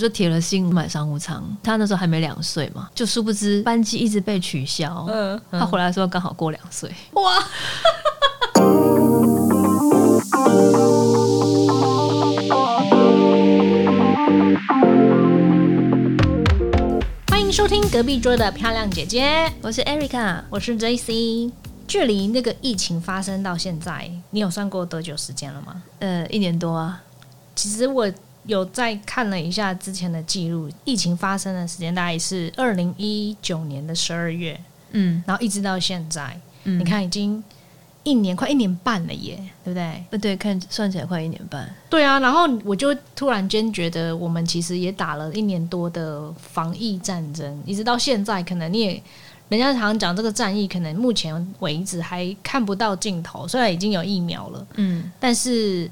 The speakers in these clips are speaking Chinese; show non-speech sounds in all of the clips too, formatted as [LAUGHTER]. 就铁了心买商务舱。他那时候还没两岁嘛，就殊不知班机一直被取消。嗯他回来的时候刚哦好过两岁。哇，欢迎收听隔壁桌的漂亮姐姐，我是 Erica，我是 J C。距离那个疫情发生到现在，你有算过多久时间了吗？呃，一年多啊，其实我有在看了一下之前的记录，疫情发生的时间大概是二零一九年的十二月，嗯然后一直到现在，嗯你，看已经一年快一年半了耶，对不对？呃，对，看算起来快一年半。对啊，然后我就突然间觉得，我们其实也打了一年多的防疫战争，一直到现在，可能你也。人家常讲这个战役，可能目前为止还看不到尽头，虽然已经有疫苗了，嗯，但是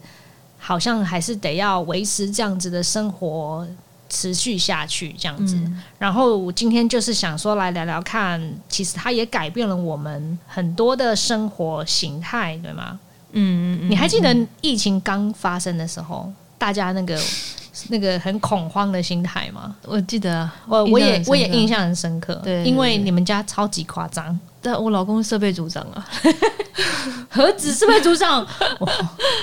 好像还是得要维持这样子的生活持续下去，这样子。嗯然后我今天就是想说来聊聊看，其实它也改变了我们很多的生活形态，对吗？嗯你还记得疫情刚发生的时候，大家那个 [LAUGHS] 那个很恐慌的心态吗？我记得啊，印象我我很也深我也刻印象很深刻，对对因为对你们家超级夸张，但我老公是设备组长 [LAUGHS] 啊，何止是被组长？ [LAUGHS] 哇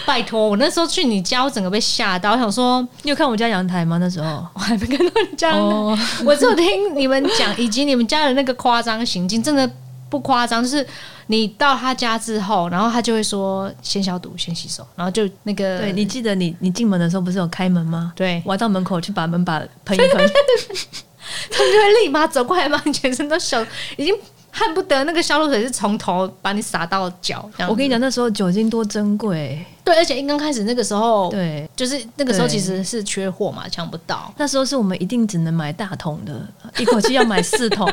拜托，我那时候去你家，我整个被吓到，我想说。你有看我家阳台吗？那时候我还没看到你家人，哦， [LAUGHS] 我只有听你们讲，以及你们家的那个夸张行径，真的不夸张，就是你到他家之后，然后他就会说先消毒，先洗手，然后就那个对你记得你你进门的时候不是有开门吗？对，我还到门口去把门把喷一喷， [LAUGHS] 他们就会立马走过来，把你全身都消，已经恨不得那个消毒水是从头把你洒到脚。这样子我跟你，讲，那时候酒精多珍贵。对，而且一刚开始那个时候，对，就是那个时候对其实是缺货嘛，抢不到。那时候是我们一定只能买大桶的，一口气要买四 [LAUGHS] 桶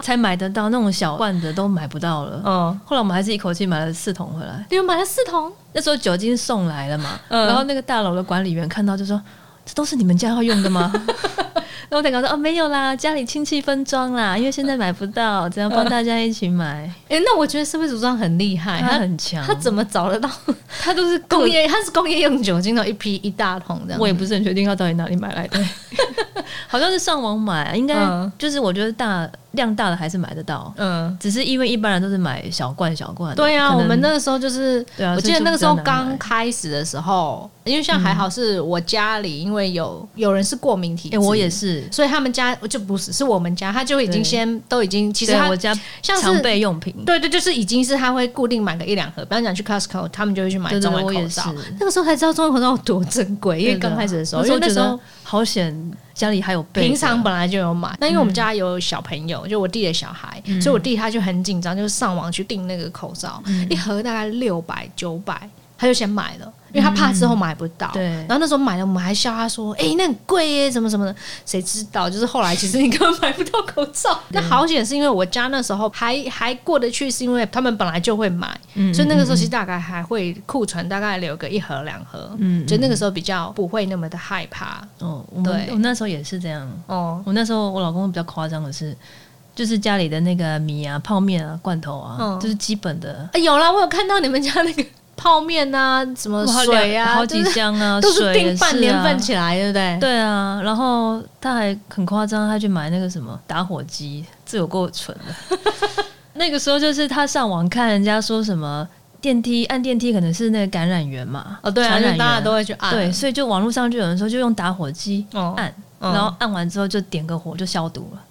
才买得到，那种小罐的都买不到了。嗯，后来我们还是一口气买了四桶回来。你们买了四桶，那时候酒精送来了嘛，嗯然后那个大楼的管理员看到就说：“这都是你们家要用的吗？” [LAUGHS] 然后我才跟他说：“哦，没有啦，家里亲戚分装啦，因为现在买不到，只要帮大家一起买。哎、那我觉得社会组装很厉害，他他很强，他怎么找 [LAUGHS] 得到他都是工业，它是工业用酒精的一批一大桶这样。 [LAUGHS] 我也不是很确定他到底哪里买来的， [LAUGHS] 好像是上网买，啊应该嗯就是我觉得大量大的还是买得到，嗯，只是因为一般人都是买小罐小罐的。对啊，可能我们那个时候就是，对啊，我所记以得就那个时候比较难买刚。开始的时候，因为像还好是我家里，因为有有人是过敏体哎、质，我也，是，所以他们家就不是是我们家，他就已对经先都已经其实对他我家像常是。备用品，对对，就是已经是他会固定买个一两盒，比方讲去 Costco，他们就会去买对对中对，文我也口是罩。。那个时候才知道中文口罩有多珍贵，因为对的刚开始的时候，那因为那觉时候得好险，家里还有备的。平常本来就有买，那因为我嗯们家有小朋友，就我弟的小孩，所以我弟他就很紧张，就是上网去订那个口罩，嗯一盒大概六百九百，他就先买了，因为他怕之后买不到。嗯对然后那时候买了，我们还笑他说：“哎、那很贵耶，什么什么的。”谁知道，就是后来其实你根本买不到口罩。那好险是因为我家那时候还还过得去，是因为他们本来就会买，嗯所以那个时候其实大概还会库存大概留个一盒两盒，嗯就那个时候比较不会那么的害怕。哦，我们对我那时候也是这样。哦，我那时候我老公比较夸张的是，就是家里的那个米啊、泡面啊、罐头啊，嗯就是基本的。啊，有啦，我有看到你们家那个泡面啊，什么哇水两啊，好几就是箱啊， [LAUGHS] 都是水也订半是年啊份起来，对不对？对啊，然后他还很夸张，他去买那个什么打火机，这有够蠢的。 [LAUGHS] 那个时候就是他上网看人家说什么电梯按电梯可能是那个感染源嘛，哦，对啊，传就染大家源都会去按，对，，所以就网络上就有人说就用打火机哦，按，嗯然后按完之后就点个火就消毒了，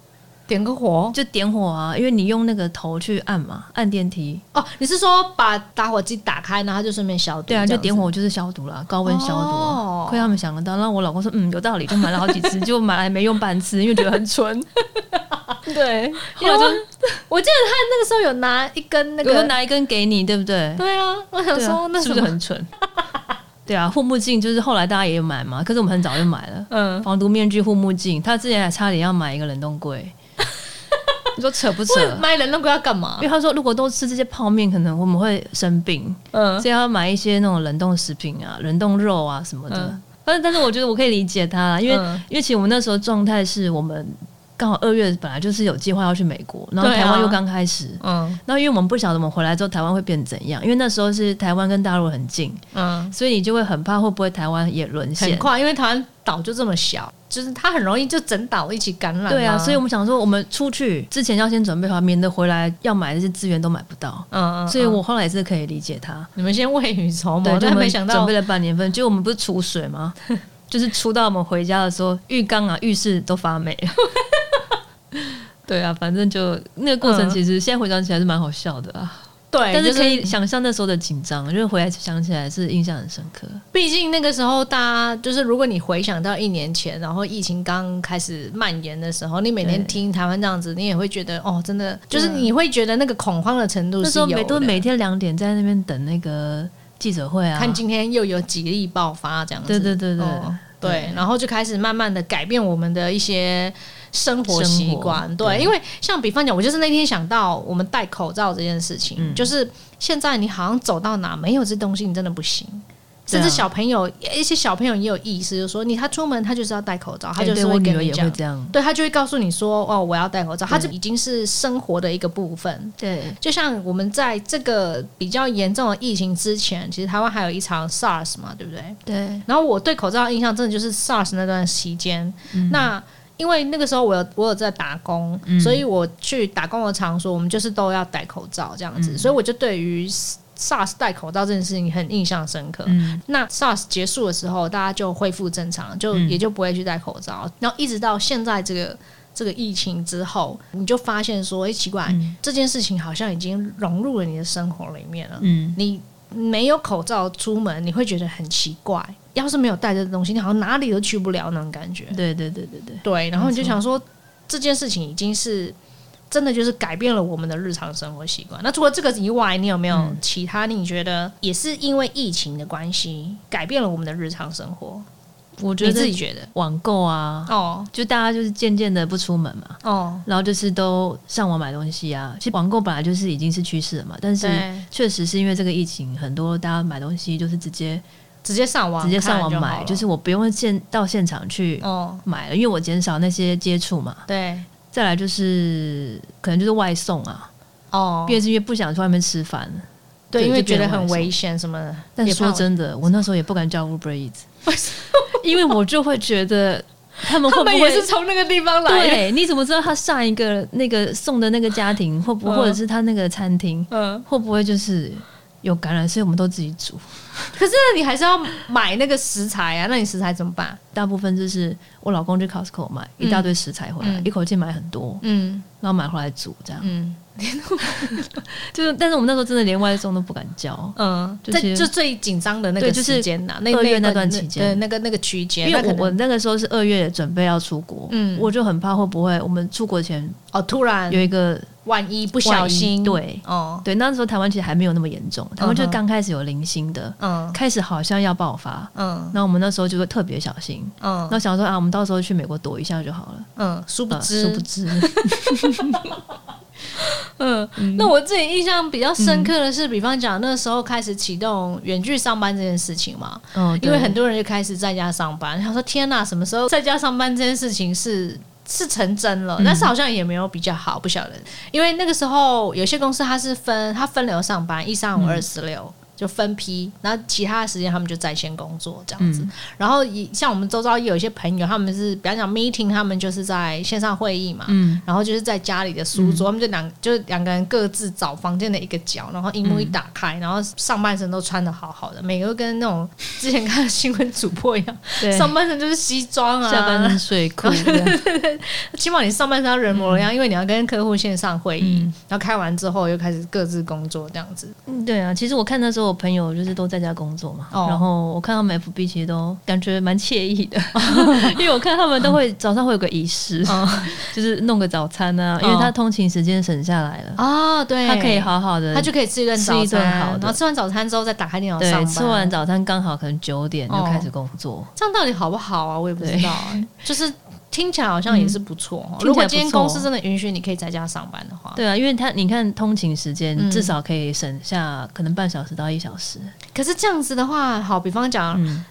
点个火。就点火啊，因为你用那个头去按嘛，按电梯，哦，你是说把打火机打开，然后就顺便消毒？对啊，这就样子点。火就是消毒啦，高温消毒啊、哦亏他们想得到，然后我老公说嗯有道理，就买了好几次， [LAUGHS] 就买来没用半次，因为觉得很蠢。对，后有来啊就我记得他那个时候有拿一根那有人个，拿一根给你，对不对？对啊，我想对啊说那是什不是么，很蠢？ [LAUGHS] 对啊，护目镜就是后来大家也有买嘛，可是我们很早就买了嗯，防毒面具、护目镜，他之前还差点要买一个冷冻 [LAUGHS] 柜。你说扯不扯？啊为买冷冻柜要干因嘛？为他说如果都吃这些泡面，可能我们会生病，嗯，所以要买一些那种冷冻食品啊、冷冻肉啊什么的嗯。但、但是我觉得我可以理解他啦，因为、嗯因为其实我们那时候状态是我们刚好二月本来就是有计划要去美国，然后对啊台湾又刚开始，嗯那因为我们不晓得我们回来之后台湾会变怎样，因为那时候是台湾跟大陆很近，嗯，所以你就会很怕会不会台湾也沦很陷。快，因为台湾岛就这么小，就是它很容易就整岛一起感染、对啊，啊，所以我们想说，我们出去之前要先准备好，免得回来要买这些资源都买不到。嗯，嗯所以我后来也是可以理解他，你们先未雨绸对缪，，就我但们没想准到备了半年份，结果我们不是储水吗？ [LAUGHS] 就是储到我们回家的时候，浴缸啊、浴室都发霉 [LAUGHS] 了。对啊，反正就那个过程，嗯其实现在回想起来是蛮好笑的啊。对，但是就可以想象那时候的紧张，就是回来想起来是印象很深刻。毕竟那个时候，大家就是如果你回想到一年前，然后疫情刚开始蔓延的时候，你每天对听台湾这样子，你也会觉得哦，真的就是对啊你会觉得那个恐慌的程度那是时有候的。每都每天两点在那边等那个记者会啊，看今天又有几例爆发这样子，对对对对哦对对，然后就开始慢慢的改变我们的一些生活习惯，生活对，对因为像比方讲，我就是那天想到我们戴口罩这件事情，嗯就是现在你好像走到哪没有这东西，你真的不行。对甚啊至小朋友，一些小朋友也有意识，就说你他出门他就是要戴口罩，他哎就对是我女跟儿你也会讲，这样，对他就会告诉你说哦，我要戴口罩，他对这已经是生活的一个部分。对就像我们在这个比较严重的疫情之前，其实台湾还有一场 SARS 嘛，对不对？对，然后我对口罩的印象真的就是 SARS 那段期间，那。因为那个时候我有我有在打工，嗯所以我去打工的场所，我们就是都要戴口罩这样子，嗯所以我就对于 SARS 戴口罩这件事情很印象深刻。嗯，那 SARS 结束的时候，大家就恢复正常，就嗯也就不会去戴口罩。然后一直到现在这个这个疫情之后，你就发现说，哎、奇怪，嗯这件事情好像已经融入了你的生活里面了。嗯，你没有口罩出门，你会觉得很奇怪。要是没有带这东西，你好像哪里都去不了那种感觉。对对对对对，对，然后你就想说，这件事情已经是真的就是改变了我们的日常生活习惯。那除了这个以外，你有没有嗯其他你觉得也是因为疫情的关系改变了我们的日常生活？我你觉自己得觉得？网购啊，哦就大家就是渐渐的不出门嘛。哦，然后就是都上网买东西啊，其实网购本来就是已经是趋势了嘛，但是对，确实是因为这个疫情，很多大家买东西就是直接直接上网直接上网看好买，了就是我不用现到现场去哦，买了，因为我减少那些接触嘛。对再来就是可能就是外送啊，哦，越是越不想去外面吃饭。对，对因为就觉变得得很外送危险什么的。但也怕说我，真的，我那时候也不敢叫 Uber Eats，因为我就会觉得他们会他不们也会是从那个地方来的。对？你怎么知道他上一个那个送的那个家庭会不，嗯或者是他那个餐厅嗯，会不会就是有感染？所以我们都自己煮，可是你还是要买那个食材啊，那你食材怎么办？大部分就是我老公去 Costco 买一大堆食材回来，嗯一口气买很多，嗯然后买回来煮这样。嗯就是，但是我们那时候真的连外送都不敢叫。嗯，就在是就最紧张的那个对就是时间呐，那二月个那段期间对那个那个区间，因那为可能我我那个时候是二月准备要出国，嗯我就很怕会不会我们出国前哦，突然有一个万一嗯不小心，万一对哦，对，那时候台湾其实还没有那么严重，台湾就嗯哼刚开始有零星的，嗯开始好像要爆发，嗯那我们那时候就会特别小心，然嗯后想说啊，我们到时候去美国躲一下就好了，嗯，殊不呃知殊不 [LAUGHS] 知，嗯，那我自己印象比较深刻的是，比方讲那时候开始启动远距上班这件事情嘛，嗯，因对为很多人就开始在家上班，他说天呐，什么时候在家上班这件事情是是成真了？嗯但是好像也没有比较好，不晓得，因为那个时候有些公司它是分它分流上班，一三五二四嗯六。就分批，然后其他的时间他们就在线工作这样子。嗯然后以像我们周遭也有一些朋友，他们是比方讲 meeting，他们就是在线上会议嘛，嗯然后就是在家里的书桌，他们就两就是两个人各自找房间的一个角，然后荧幕一打开，然后上半身都穿的好好的，每个都跟那种之前看的新闻主播一样，对上半身就是西装啊，下半身睡 [LAUGHS] 裤这样，起码你上半身要人模人样，因为你要跟客户线上会议，嗯然后开完之后又开始各自工作这样子。嗯对啊，其实我看那时候我朋友就是都在家工作嘛，哦然后我看他们 FB 其实都感觉蛮惬意 [LAUGHS] 的，因为我看他们都嗯会早上会有个仪式， [LAUGHS] 就是弄个早餐啊，因为他通勤时间省下来了，啊，嗯对，他可以。好好的，他就可以吃一顿吃早一餐顿，好的然后吃完早餐之后再打开电脑上对班。吃完早餐刚好可能九点就开始工作，这样到底好不好啊？我也不知道、欸，就是听起来好像也是不错、哦嗯听起来如果今天不错公司真的允许你可以在家上班的话，对啊，因为他你看通勤时间嗯至少可以省下可能半小时到一小时，可是这样子的话，好，比方讲、嗯，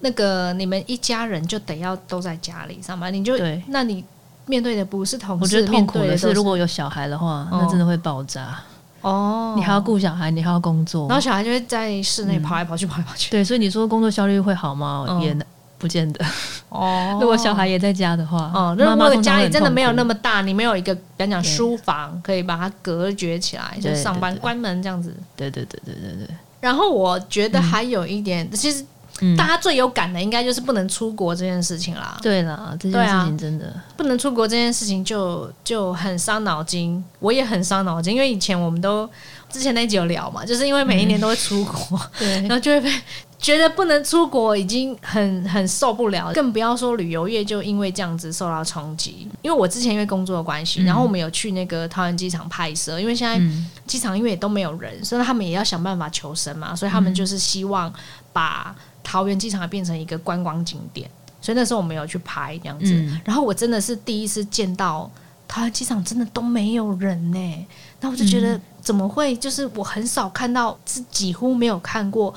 那个你们一家人就得要都在家里上班，你就对那你面对的不是同事，我觉得痛苦面对的的是，如果果有小孩的话，哦那真的会爆炸。哦，你还嗯要顾小孩，你还要工作然，后小孩就会在室内跑来跑去，跑来跑去。对，所以你说工作效率会好吗？嗯也不见得。哦如果小孩也在家的话，哦，妈那如妈果通常家会里很真的痛没有苦那么大，你没有一个，比方讲对书房啊可以把它隔绝起来，就对上班对对关门这样子。对对对对对对，然后我觉得还有一点，其实嗯大家最有感的应该就是不能出国这件事情啦。对啦，这对件啊事情真的，不能出国这件事情就就很伤脑筋，我也很伤脑筋，因为以前我们都之前那一集有聊嘛，就是因为每一年都会出国，嗯对 [LAUGHS] 然后就会被觉得不能出国已经很很受不了，更不要说旅游业就因为这样子受到冲击。因为我之前因为工作的关系，嗯然后我们有去那个桃园机场拍摄，因为现在嗯机场因为也都没有人，所以他们也要想办法求生嘛，所以他们就是希望把桃园机场变成一个观光景点。所以那时候我们有去拍这样子，嗯然后我真的是第一次见到桃园机场真的都没有人呢、那我就觉得怎么会？就是我很少看到，是几乎没有看过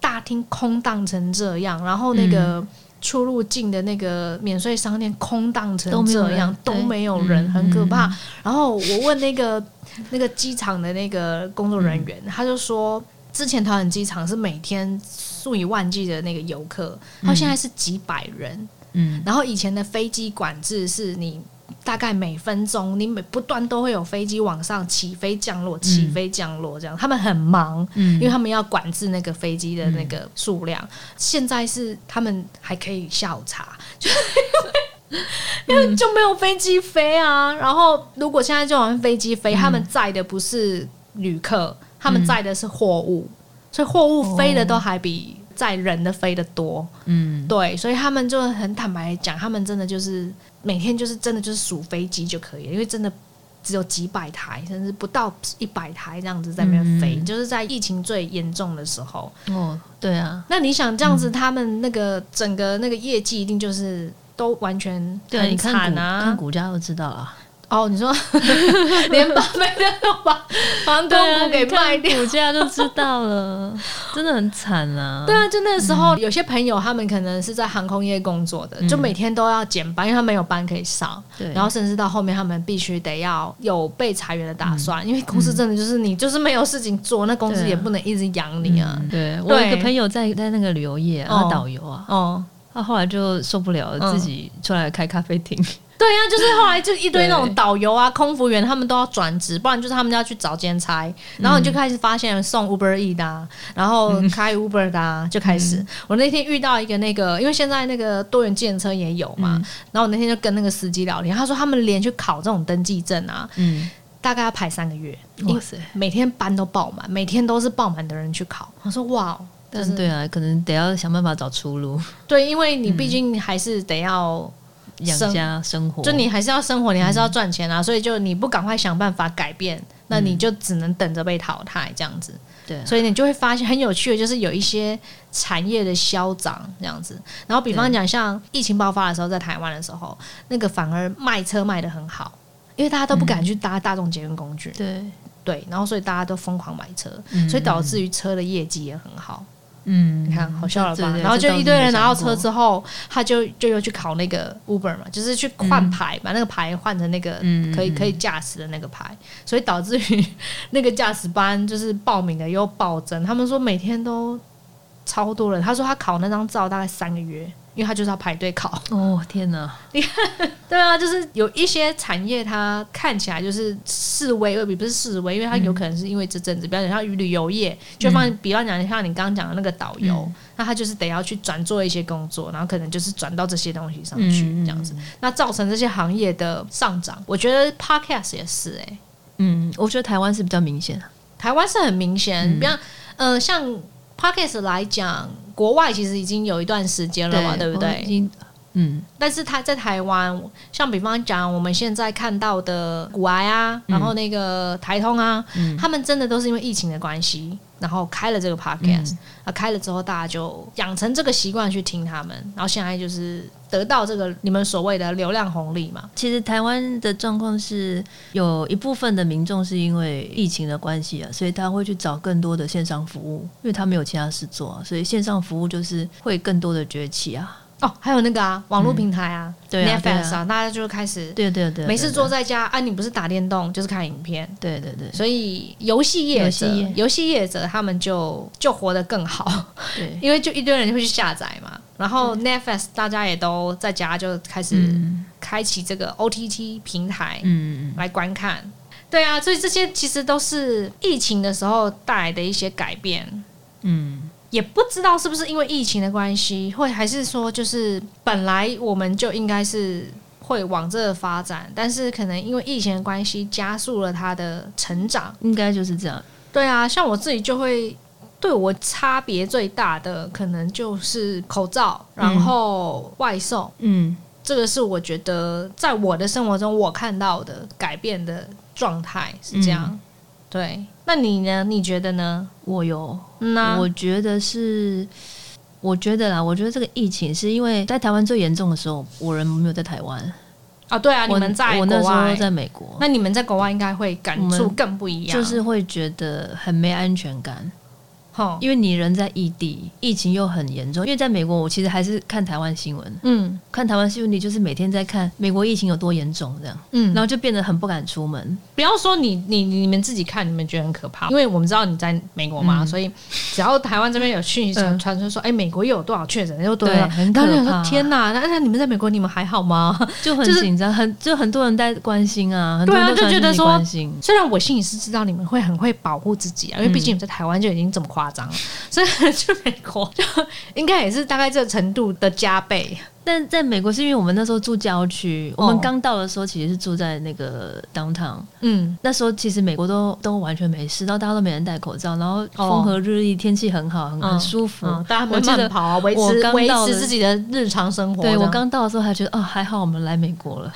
大厅空荡成这样，然后那个出入境的那个免税商店空荡成都没有这人样，都对没有人，嗯很可怕嗯。然后我问那个那个机场的那个工作人员，他就说。之前桃园机场是每天数以万计的那个游客，然后现在是几百人，嗯然后以前的飞机管制是你大概每分钟，你每不断都会有飞机往上起飞降落，起飞降落这样，他们很忙。嗯，因为他们要管制那个飞机的那个数量，现在是他们还可以下午茶， [LAUGHS] 就因为就没有飞机飞啊。然后如果现在就玩飞机飞，他们载的不是旅客，他们载的是货物，所以货物飞的都还比载人的飞的多。嗯对，所以他们就很坦白地讲，他们真的就是每天就是真的就是数飞机就可以了，因为真的只有几百台，甚至不到一百台这样子在那边飞，嗯就是在疫情最严重的时候。哦，对啊，那你想这样子，他们那个整个那个业绩一定就是都完全对啊，你很看惨股看啊！股价就知道了，哦，你说 [LAUGHS] 连巴菲特都把房东股给卖掉。啊股价就知道了，真的很惨啊。对啊，就那时候、有些朋友他们可能是在航空业工作的，就每天都要减班，因为他们有班可以上。对，然后甚至到后面他们必须得要有被裁员的打算，因为公司真的就是你就是没有事情做，那公司也不能一直养你啊。嗯对我有一个朋友在在那个旅游业啊，哦他导游啊，哦哦，他后来就受不了嗯了，自己出来开咖啡厅。对呀、就是后来就一堆对那种导游啊、空服员，他们都要转职，不然就是他们要去找兼差。然后你就开始发现送 Uber E 的、啊，然后开 Uber 的、啊就开始。我那天遇到一个那个，因为现在那个多元建车也有嘛，然后我那天就跟那个司机聊天，他说他们连去考这种登记证啊，嗯，大概要排三个月，因哇为塞，每天班都爆满，每天都是爆满的人去考。我说哇哦，就但是对啊，可能得要想办法找出路，对，因为你毕竟还是得嗯要，养生家生活。就你还是要生活，你还是要赚钱嗯啊，所以就你不赶快想办法改变，那你就只能等着被淘汰这样子。对啊，所以你就会发现很有趣的，就是有一些产业的消长这样子。然后比方讲，像疫情爆发的时候，在台湾的时候，那个反而卖车卖的很好。因为大家都不嗯敢去搭大众捷运工具，对，对，然后所以大家都疯狂买车，嗯所以导致于车的业绩也很好。嗯，你看，好笑了对吧？对然后这就倒是一堆人没拿到想过车之后，他就就又去考那个 Uber 嘛，就是去换牌，把那个牌换成那个嗯可以可以驾驶的那个牌，所以导致于那个驾驶班就是报名的又暴增。他们说每天都超多人，他说他考那张照大概三个月，因为他就是要排队考。哦，天哪，对啊，就是有一些产业，它看起来就是示威，未必不是示威，因为它有可能是因为这阵子，比方讲像旅游业，就放比方讲像你刚刚讲的那个导游，那他就是得要去转做一些工作，然后可能就是转到这些东西上去、嗯嗯这样子，那造成这些行业的上涨。我觉得 podcast 也是哎、欸嗯，我觉得台湾是比较明显的，台湾是很明显，比方呃像 podcast 来讲，国外其实已经有一段时间了嘛，对不我对已？经嗯但是他在台湾，像比方讲我们现在看到的古癌啊，然后那个台通啊，嗯，他们真的都是因为疫情的关系，然后开了这个 podcast，、啊，开了之后大家就养成这个习惯去听他们，然后现在就是得到这个你们所谓的流量红利嘛，其实台湾的状况是有一部分的民众是因为疫情的关系啊，所以他会去找更多的线上服务，因为他没有其他事做啊、所以线上服务就是会更多的崛起啊。哦，还有那个啊，网络平台啊、对啊 n e t f l i x 啊，大家就开始对对对，没事做在家啊，你不是打电动就是看影片，对，对对对所以游戏业者游戏业、游戏业者他们就就活得更好，对，因为就一堆人会去下载嘛。然后 Netflix 大家也都在家就开始嗯开启这个 OTT 平台嗯，来观看。对啊，所以这些其实都是疫情的时候带来的一些改变。嗯，也不知道是不是因为疫情的关系，会还是说就是本来我们就应该是会往这发展，但是可能因为疫情的关系加速了它的成长。应该就是这样。对啊，像我自己就会对我差别最大的可能就是口罩，然后外送，嗯，这个是我觉得在我的生活中我看到的改变的状态是这样。嗯对，那你呢？你觉得呢？我有，嗯呐、我觉得是。我觉得啦，我觉得这个疫情是因为在台湾最严重的时候，我人没有在台湾，啊，对啊，你我们在我国那时候外，在美国，那你们在国外应该会感我触们更不一样，就是会觉得很没安全感，吼，因为你人在异地，疫情又很严重。因为在美国，我其实还是看台湾新闻，嗯看台湾新闻，你就是每天在看美国疫情有多严重这样，然嗯，然后后就变得很不敢出门。不要说你你你们自己看，你们觉得很可怕，因为我们知道你在美国嘛，嗯所以只要台湾这边有讯息传嗯传出说，哎、美国又有多少确诊，又多对少，很然后可就想怕说天哪，那那你们在美国你们还好吗？ [LAUGHS] 就很就是紧张，很就很多人在关心啊，很多对啊人都传就觉得讯息说关心，虽然我心里是知道你们会很会保护自己啊，因为毕竟你们在台湾就已经这么夸张了，所以去美国就应该也是大概这个程度的加倍。但在美国是因为我们那时候住郊区，我哦们刚到的时候其实是住在那个 downtown，嗯，那时候其实美国都都完全没事，然后大家都没人戴口罩，然后风和日丽，天气很好，很、哦嗯很舒服。嗯，大家我慢记慢得，跑啊，维我持刚维到持的自己的日常生活这对样。我刚到的时候还觉得哦，还好我们来美国 [LAUGHS] 了。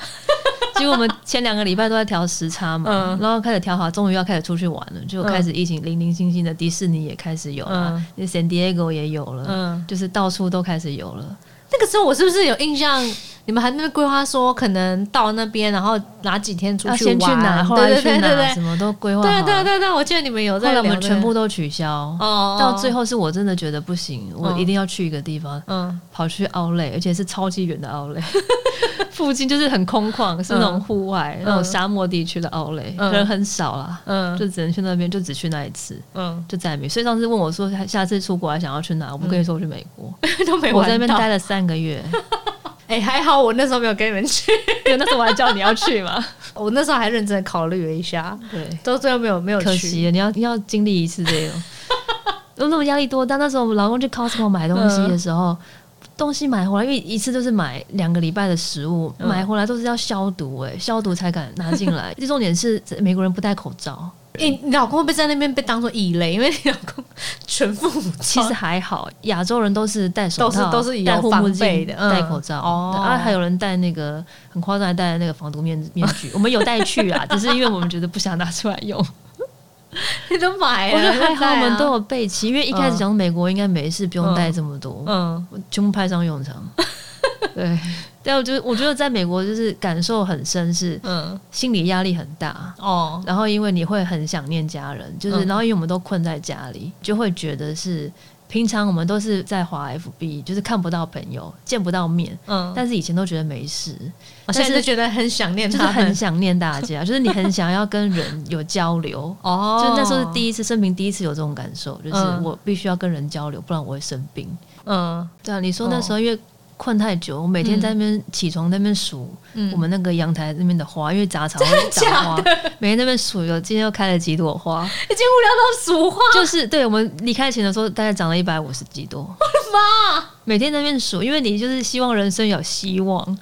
结果我们前两个礼拜都在调时差嘛，嗯然后开始调好，终于要开始出去玩了，就开始疫情零零星星的，迪士尼也开始有了嗯，那、San Diego 也有了，嗯，就是到处都开始有了。那个时候我是不是有印象？你们还在那边规划说，可能到那边，然后哪几天出要去啊先去玩，哪，后对来对去对对哪，什对，么都规划好对啊了。对啊对啊对啊，我记得你们有在后来我聊们这全个部都取消，哦，到最后后是我真的觉得不行，我嗯一定要去一个地方，嗯跑去奥莱，而且是超级远的奥莱， [LAUGHS] 附近就是很空旷，是那种户外、那种沙漠地区的奥莱，嗯人很少啦，嗯就只能去那边，就只去那一次，嗯， [LAUGHS] 就再也没。所以上次问我说下次出国还想要去哪，我不跟你说我去美国，都没我玩在那边到待了三个月，哎、还好我那时候没有跟你们去， [LAUGHS] [LAUGHS] 对，那时候我还叫你要去嘛，我那时候还认真地考虑了一下， [LAUGHS] 对。都最后没有没有去。可惜了你要你要经历一次这 [LAUGHS] 种，有那种压力多大？那时候我们老公去 Costco 买东西的时嗯候，东西买回来，因为一次都是买两个礼拜的食物，嗯买回来都是要消毒、哎，消毒才敢拿进 [LAUGHS] 来。最重点是美国人不戴口罩，欸你老公会不会在那边被当做异类？因为你老公全副武装，其实还好，亚洲人都是戴手套，都是都是有戴护目防备镜的嗯戴口罩，哦对啊，还有人戴那个很夸张，还戴那个防毒面面具。我们有带去 [LAUGHS] 啊，只是因为我们觉得不想拿出来用。你 [LAUGHS] 都买我觉了，得还好，现我在啊们都有备齐，因为一开始嗯想美国应该没事，不用带这么多，嗯我全部派上用 [LAUGHS] 场。对，但我觉得我觉得在美国就是感受很深，是嗯心理压力很大。哦然后因为你会很想念家人，就是、嗯然后因为我们都困在家里，就会觉得是平常我们都是在滑 FB，就是看不到朋友，见不到面。嗯，但是以前都觉得没事，我但现 [LAUGHS] 在就是觉得很想念就是他们很想念大家，就是你很想要跟人有交流，哦就那时候是第一次生病，第一次有这种感受，就是嗯我必须要跟人交流，不然我会生病。嗯对啊，你说那时候因为困太久，我每天在那边起床在那边数嗯我们那个阳台那边的花，因为杂草会 [LAUGHS] 真的长花假，每天在那边数有今天又开了几朵 [LAUGHS] 花，已经无聊到数花就是对我们离开前的时候大概长了一百五十几朵。妈，每天在那边数，因为你就是希望人生有希 [LAUGHS] 望。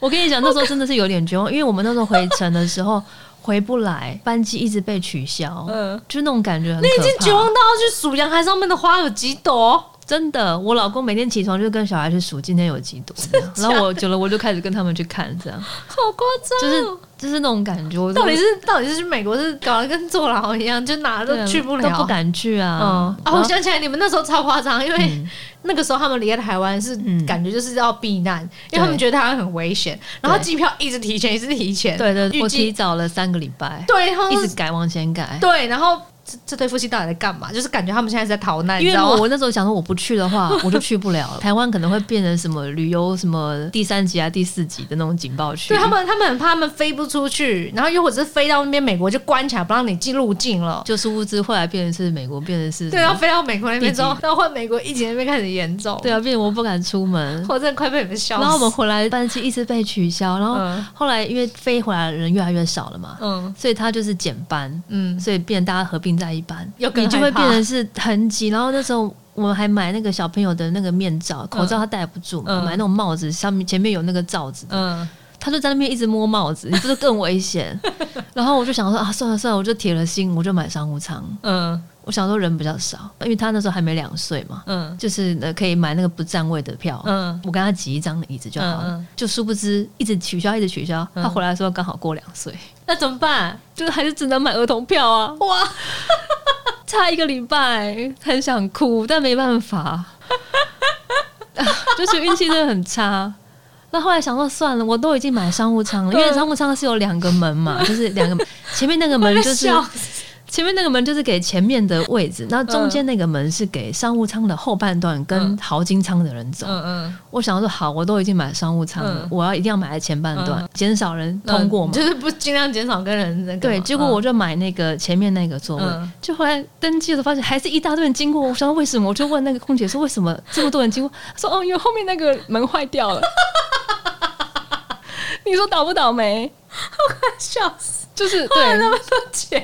我跟你讲，那时候真的是有点绝望，因为我们那时候回程的时候回不来，班机一直被取消，嗯就那种感觉很可你怕。已经绝望到要去数阳台上面的花有几 [LAUGHS] 朵，真的，我老公每天起床就跟小孩去数今天有几朵，这 [LAUGHS] 样然后我久了我就开始跟他们去看，这样好夸张就是 [LAUGHS] 哦。就是那种感觉。我到底是到底是去美国是搞得跟坐牢一样，就哪对啊都去不了，都不敢去啊嗯。，啊，我想起来，你们那时候超夸张，因为嗯那个时候他们离开台湾是嗯感觉就是要避难，因为他们觉得台湾很危险，然后机票一直提前，一直提前，对对，预我计提早了三个礼拜，对，然后一直改往前改。对，然后这这对夫妻到底在干嘛？就是感觉他们现在是在逃难，啊因为你知道我吗我那时候想说，我不去的 [LAUGHS] 话，我就去不了了。台湾可能会变成什么旅游什么第三级啊、第四级的那种警报区。对他们，他们很怕他们飞不出去，然后又或者是飞到那边美国就关起来不让你进入境了。就是物资后来变成是美国，变成是对，然后飞到美国那边之后地，然后换美国疫情那边开始严重。对啊，变成我不敢出门。我真的快被你们笑死。然后我们回来班机一直被取消，然后嗯后来因为飞回来的人越来越少了嘛，嗯所以他就是减班，嗯，所以变大家合并在一班，又更你就会害怕变成是很挤。然后那时候我们还买那个小朋友的那个面罩，口罩他戴不住嘛，嗯买那种帽子，上面前面有那个罩子，嗯，他就在那边一直摸帽 [LAUGHS] 子，你不是更危险？然后我就想说啊，算了算了，我就铁了心，我就买商务舱。嗯我想说人比较少，因为他那时候还没两岁嘛，嗯就是呃可以买那个不占位的票。嗯，我跟他挤一张椅子就好了，嗯嗯就殊不知一直取消，一直取消。嗯他回来的时候刚好过两岁，那怎么办？就是还是只能买儿童票啊！哇， [LAUGHS] 差一个礼拜，很想哭，但没办法， [LAUGHS] 啊就是运气真的很差。那后来想说算了，我都已经买商务舱了，因为嗯商务舱是有两个门 [LAUGHS] 嘛，就是两个前面那个门就是笑前面那个门就是给前面的位置，那中间那个门是给商务舱的后半段跟嗯豪金舱的人走。嗯嗯，我想说好，我都已经买商务舱了，嗯我要一定要买在前半段，减少人通过嘛。就是不尽量减少跟人那个嘛。对，结果 [LAUGHS] 我就买那个前面那个座位，嗯就后来登记的时候发现还是一大堆人经过，我想说为什么？我就问那个空姐说为什么这么多人经过？她说哦，因为后面那个门坏掉 [LAUGHS] 了。你说倒不倒霉？嗯笑死，就是花对了，那么多钱，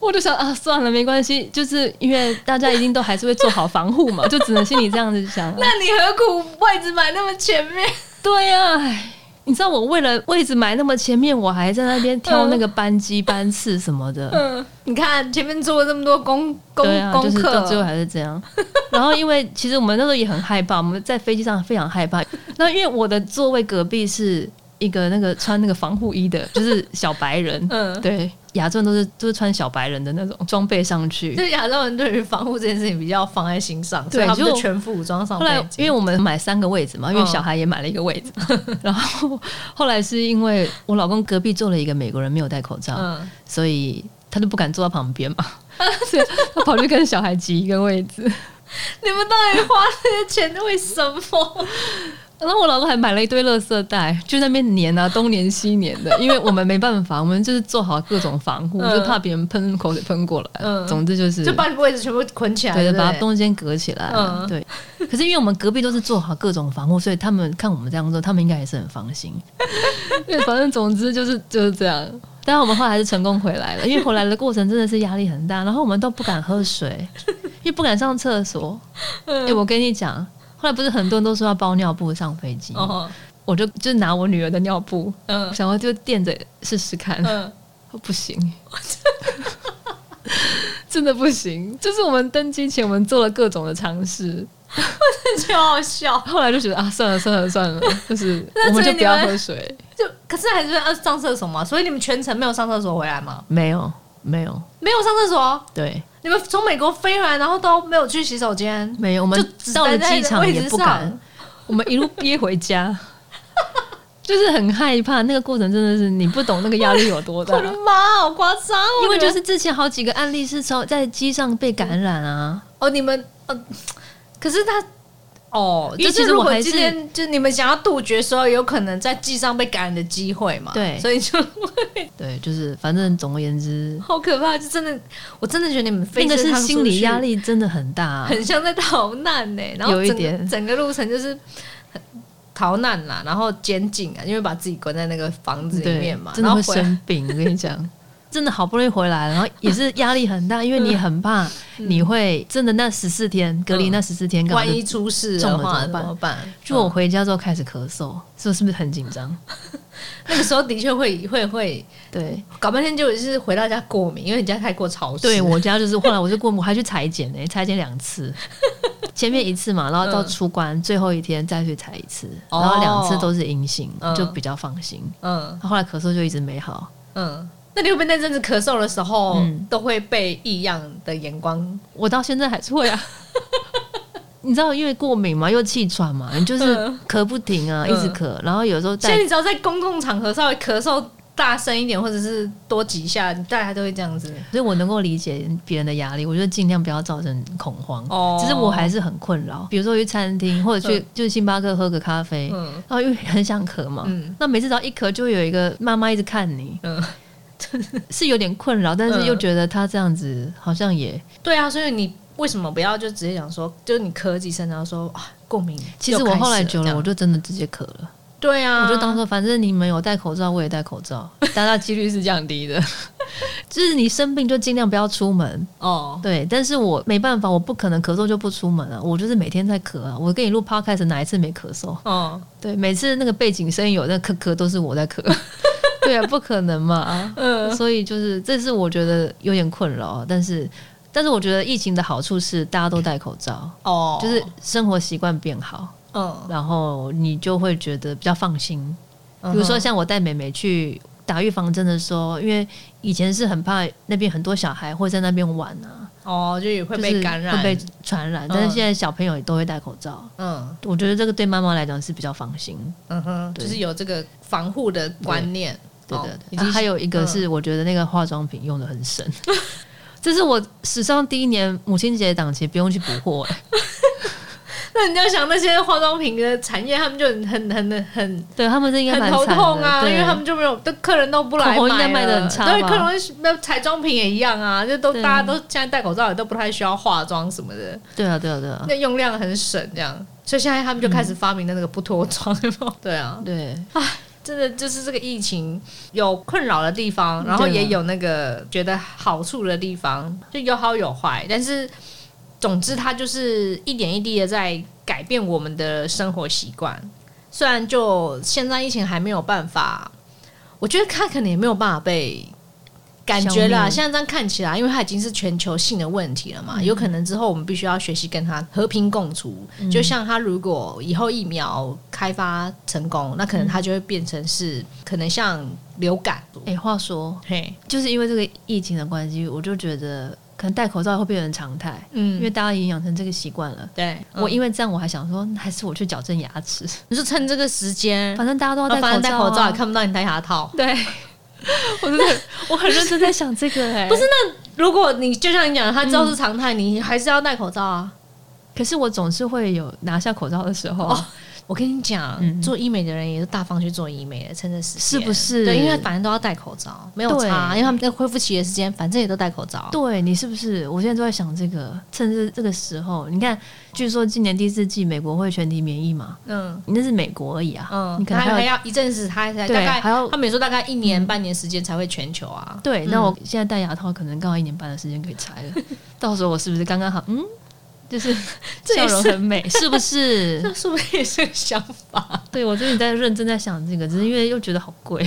我就想啊，算了，没关系，就是因为大家一定都还是会做好防护嘛，就只能心里这样子 [LAUGHS] 想、啊。那你何苦位置买那么前面？对呀、唉你知道我为了位置买那么前面，我还在那边挑那个班机、班次什么的。嗯，你看前面做了这么多功 [LAUGHS] 功对啊，就功是到最后课，还是这样。然后因为其实我们那时候也很害怕，我们在飞机上非常害 [LAUGHS] 怕。那因为我的座位隔壁是一个那个穿那个防护衣的，就是小白人。嗯，对，亚洲人都是都是穿小白人的那种装备上去就。是亚洲人对于防护这件事情比较放在心上，所以对他们就就全副武装上后来飞因机。为我们买三个位置嘛，因为嗯小孩也买了一个 [LAUGHS] 位置。然后后来是因为我老公隔壁坐了一个美国人没有戴口罩，嗯，所以他就不敢坐到旁边嘛， [LAUGHS] 所以他跑去跟小孩挤一个位置。你们到底花这些钱为什么？然后我老公还买了一堆垃圾袋，就在那边粘啊，东粘西粘的，因为我们没办法，我们就是做好各种防护，嗯就怕别人喷口水喷过来。嗯总之就是 [LAUGHS] 就把你位置全部捆起来，对，对不把它对中间隔起来。嗯对，可是因为我们隔壁都是做好各种防护，所以他们看我们这样做，他们应该也是很放心。 [LAUGHS] 对，反正总之就是就是这样。但我们后来还是成功回来了，因为回来的过程真的是压力很大，然后我们都不敢喝 [LAUGHS] 水，因为不敢上厕所。哎、我跟你讲，后来不是很多人都说要包尿布上飞机，哦，我就就拿我女儿的尿布，嗯想要就垫着试试看。嗯， [LAUGHS] 哦不行， [LAUGHS] 真的不行。就是我们登机前，我们做了各种的尝试，就好笑。后来就觉得啊，算了算了算了，就是 [LAUGHS] 那我们所就以不要你们喝水。就可是还是要上厕所嘛，所以你们全程没有上厕所回来吗？没有没有，没有上厕所，啊对，你们从美国飞回来，然后都没有去洗手间，没有。我就们只到了待在机场位置也不上敢，我们一路憋回家， [LAUGHS] 就是很害怕。那个过程真的是你不懂那个压力有多大 [LAUGHS] 我。的妈，好夸张哦！因为你就们是之前好几个案例是从在机上被感染啊，哦，你们呃，可是他哦，因为就其是实如我果还今是天就你们想要杜绝所有有可能在机上被感染的机会嘛，对所以就，对，就是反正总而言之好可怕，就真的，我真的觉得你们飞那个这是趟心出理去压力真的很大啊、很像在逃难呢、欸然后有一整个点整个路程就是很逃难啦，然后监禁啊，因为把自己关在那个房子对，里面嘛，真然的后会回来生病。我跟你讲， [LAUGHS] 真的好不容易回来，然后也是压力很大，因为你很怕你会真的那十四天隔离那十四天，万一出事中的了话啊怎么办么办？哦就我回家之后开始咳嗽，是不是不是很紧张？那个时候的确会会会对，搞半天，就是回到家过敏，因为你家太过潮湿。对我家就是后来我就过，我还去裁剪呢、裁剪两 [LAUGHS] 次。前面一次嘛，然后到嗯出关、最后一天再去裁一次，哦然后两次都是阴性，嗯就比较放心。嗯后来咳嗽就一直没好，嗯，那你会不会那阵子咳嗽的时候、嗯都会被异样的眼光？我到现在还是会啊。 [LAUGHS] 你知道，因为过敏嘛，又气喘嘛，你就是嗯咳不停啊，一直咳，然后有时候所以在你只要在公共场合稍微咳嗽大声一点，或者是多几下，大家都会这样子。所以我能够理解别人的压力，我就尽量不要造成恐慌。哦只是我还是很困扰，比如说去餐厅或者去、嗯就是星巴克喝个咖啡，嗯然后因为很想咳嘛，嗯那每次只要一咳，就会有一个妈妈一直看你， [LAUGHS] 嗯，是有点困扰，但是又嗯觉得她这样子好像也，对啊，所以你为什么不要就直接讲说，就是你咳几声，然后说啊共鸣又开始了？其实我后来久了，这样我就真的直接咳了，对啊，我就当做反正你们有戴口罩，我也戴口罩，大家几率是降低的， [LAUGHS] 就是你生病就尽量不要出门，哦，对，但是我没办法，我不可能咳嗽就不出门啊，我就是每天在咳啊。我跟你录 podcast 哪一次没咳嗽？哦，对，每次那个背景声音有那咳咳，都是我在咳。 [LAUGHS] 对啊，不可能嘛。嗯，所以就是，这是我觉得有点困扰啊，但是。但是我觉得疫情的好处是大家都戴口罩，哦，就是生活习惯变好，嗯，然后你就会觉得比较放心。比比如说像我带妹妹去打预防针的时候，因为以前是很怕那边很多小孩会在那边玩啊，哦，就也会就被是感染，会被传染。嗯但是现在小朋友也都会戴口罩，嗯我觉得这个对妈妈来讲是比较放心。嗯哼，对就是有这个防护的观念，对哦的，已然后经还有一个是，我觉得那个化妆品用的很深。 [LAUGHS] 这是我史上第一年母亲节档期不用去补货、 [LAUGHS] 哎那你要想那些化妆品的产业，他们就很很很很对他们这应该蛮很头惨的痛啊，对因为他们就没有，都客人都不来买了，啊口红应该卖得很差吧对，客人那彩妆品也一样啊，就都对大家都现在戴口罩，也都不太需要化妆什么的，对啊对啊对啊，那用量很省，这样，所以现在他们就开始发明的那个不脱妆， [LAUGHS] 有没有对啊，对真的就是这个疫情有困扰的地方，然后对啊也有那个觉得好处的地方，就有好有坏。但是总之，它就是一点一滴的在改变我们的生活习惯。虽然就现在疫情还没有办法，我觉得它可能也没有办法被感觉消啦。灭现在这样看起来，因为它已经是全球性的问题了嘛，嗯有可能之后我们必须要学习跟它和平共处。嗯就像它如果以后疫苗开发成功，那可能它就会变成是可能像流感，哎、话说，嘿，就是因为这个疫情的关系，我就觉得可能戴口罩会变成常态，因为嗯嗯，大家已经养成这个习惯了。对，我我因为这样，我还想说，还是我去矫正牙齿，你是趁这个时间，反正大家都要然后戴哦反口罩、啊，正戴口罩也看不到你戴牙套。对， [LAUGHS] 我真的我很认真在想这个哎、 [LAUGHS] 不是如果你就像你讲，它知道是常态，你还是要戴口罩啊。可是我总是会有拿下口罩的时候，哦我跟你讲，嗯做医美的人也是大方去做医美的，趁这时间是不是对，因为反正都要戴口罩，没有对差，因为他们在恢复期的时间，反正也都戴口罩。对你是不是？我现在都在想这个，趁这这个时候，你看，据说今年第四季美国会全体免疫嘛，嗯那是美国而已啊，嗯，你可能还还有要一阵子，他才大对概还要他们也说大概一年半年时间才会全球啊。对。嗯那我现在戴牙套，可能刚好一年半的时间可以拆 [LAUGHS] 了，到时候我是不是刚刚好？嗯，就是这笑也容是很美，是不是？ [LAUGHS] 这是不是也是个想 [LAUGHS] 法？对，我最近在认真在想这个，只是因为又觉得好 [LAUGHS] 贵。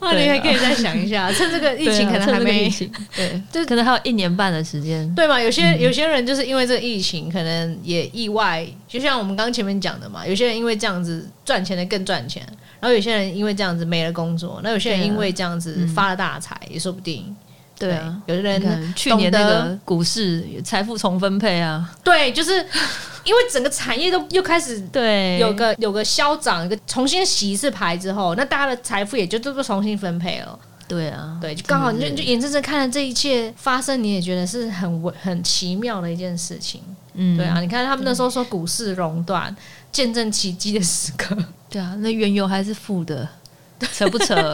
那你还可以再想一下，啊趁这个疫情可能还没对， [LAUGHS] 就是可能还有一年半的时间。对嘛？有嗯些有些人就是因为这个疫情，可能也意外，就像我们刚前面讲的嘛，有些人因为这样子赚钱的更赚钱，然后有些人因为这样子没了工作，那有些人对啊因为这样子嗯发了大财、也说不定。对啊，，有些你人看去年那懂个股市财富重分配啊，对，就是因为整个产业都又 [LAUGHS] 开始。对，有个有个消长，有个重新洗一次牌之后，那大家的财富也就都都重新分配了。对啊，对，就刚好你就真你的就是眼睁睁看着这一切发生，你也觉得是很文很奇妙的一件事情。嗯，对啊，，你看他们那时候说股市熔断，见证奇迹的时刻。对啊，那原油还是负的，扯不 [LAUGHS] 扯？ [LAUGHS]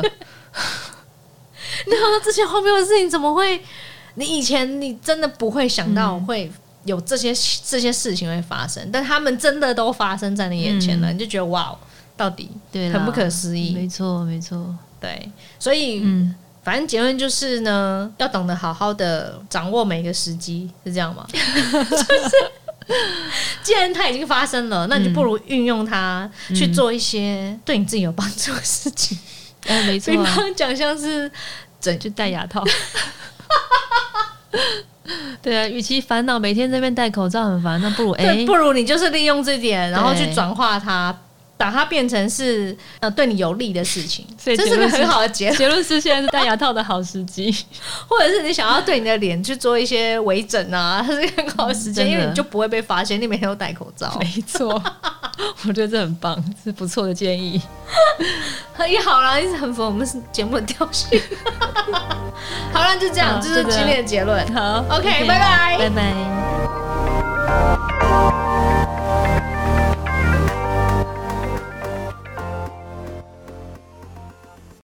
那我说这些荒谬的事情怎么会？你以前你真的不会想到会有这些这些事情会发生，但他们真的都发生在你眼前了，你就觉得哇，哦到底对啦，很不可思议。没错，没错，对，所以、嗯，反正结论就是呢，要懂得好好的掌握每一个时机，是这 [LAUGHS] 样吗？就是既然它已经发生了，那你就不如运用它嗯去做一些对你自己有帮助的事情。哎，没错比啊，方讲，像是 [LAUGHS] 就戴牙套。 [LAUGHS] 对啊，与其烦恼每天在那边戴口罩很烦，那不如哎对，，不如你就是利用这点，然后去对转化它，把它变成是呃对你有利的事情，所以这结是个论是很好的结论。结论是现在是戴牙套的好时机。或者是你想要对你的脸去做一些微整啊，它是一个很好的时间，真因的哦哎 [LAUGHS] 为你就不会被发现，你每天都戴口罩。没错， [LAUGHS] 我觉得这很棒，是不错的建议。也哎好啦，一直很符合我们节目的调性。好了，就这样，好这就是这样今天的结论。好 OK，拜拜拜拜。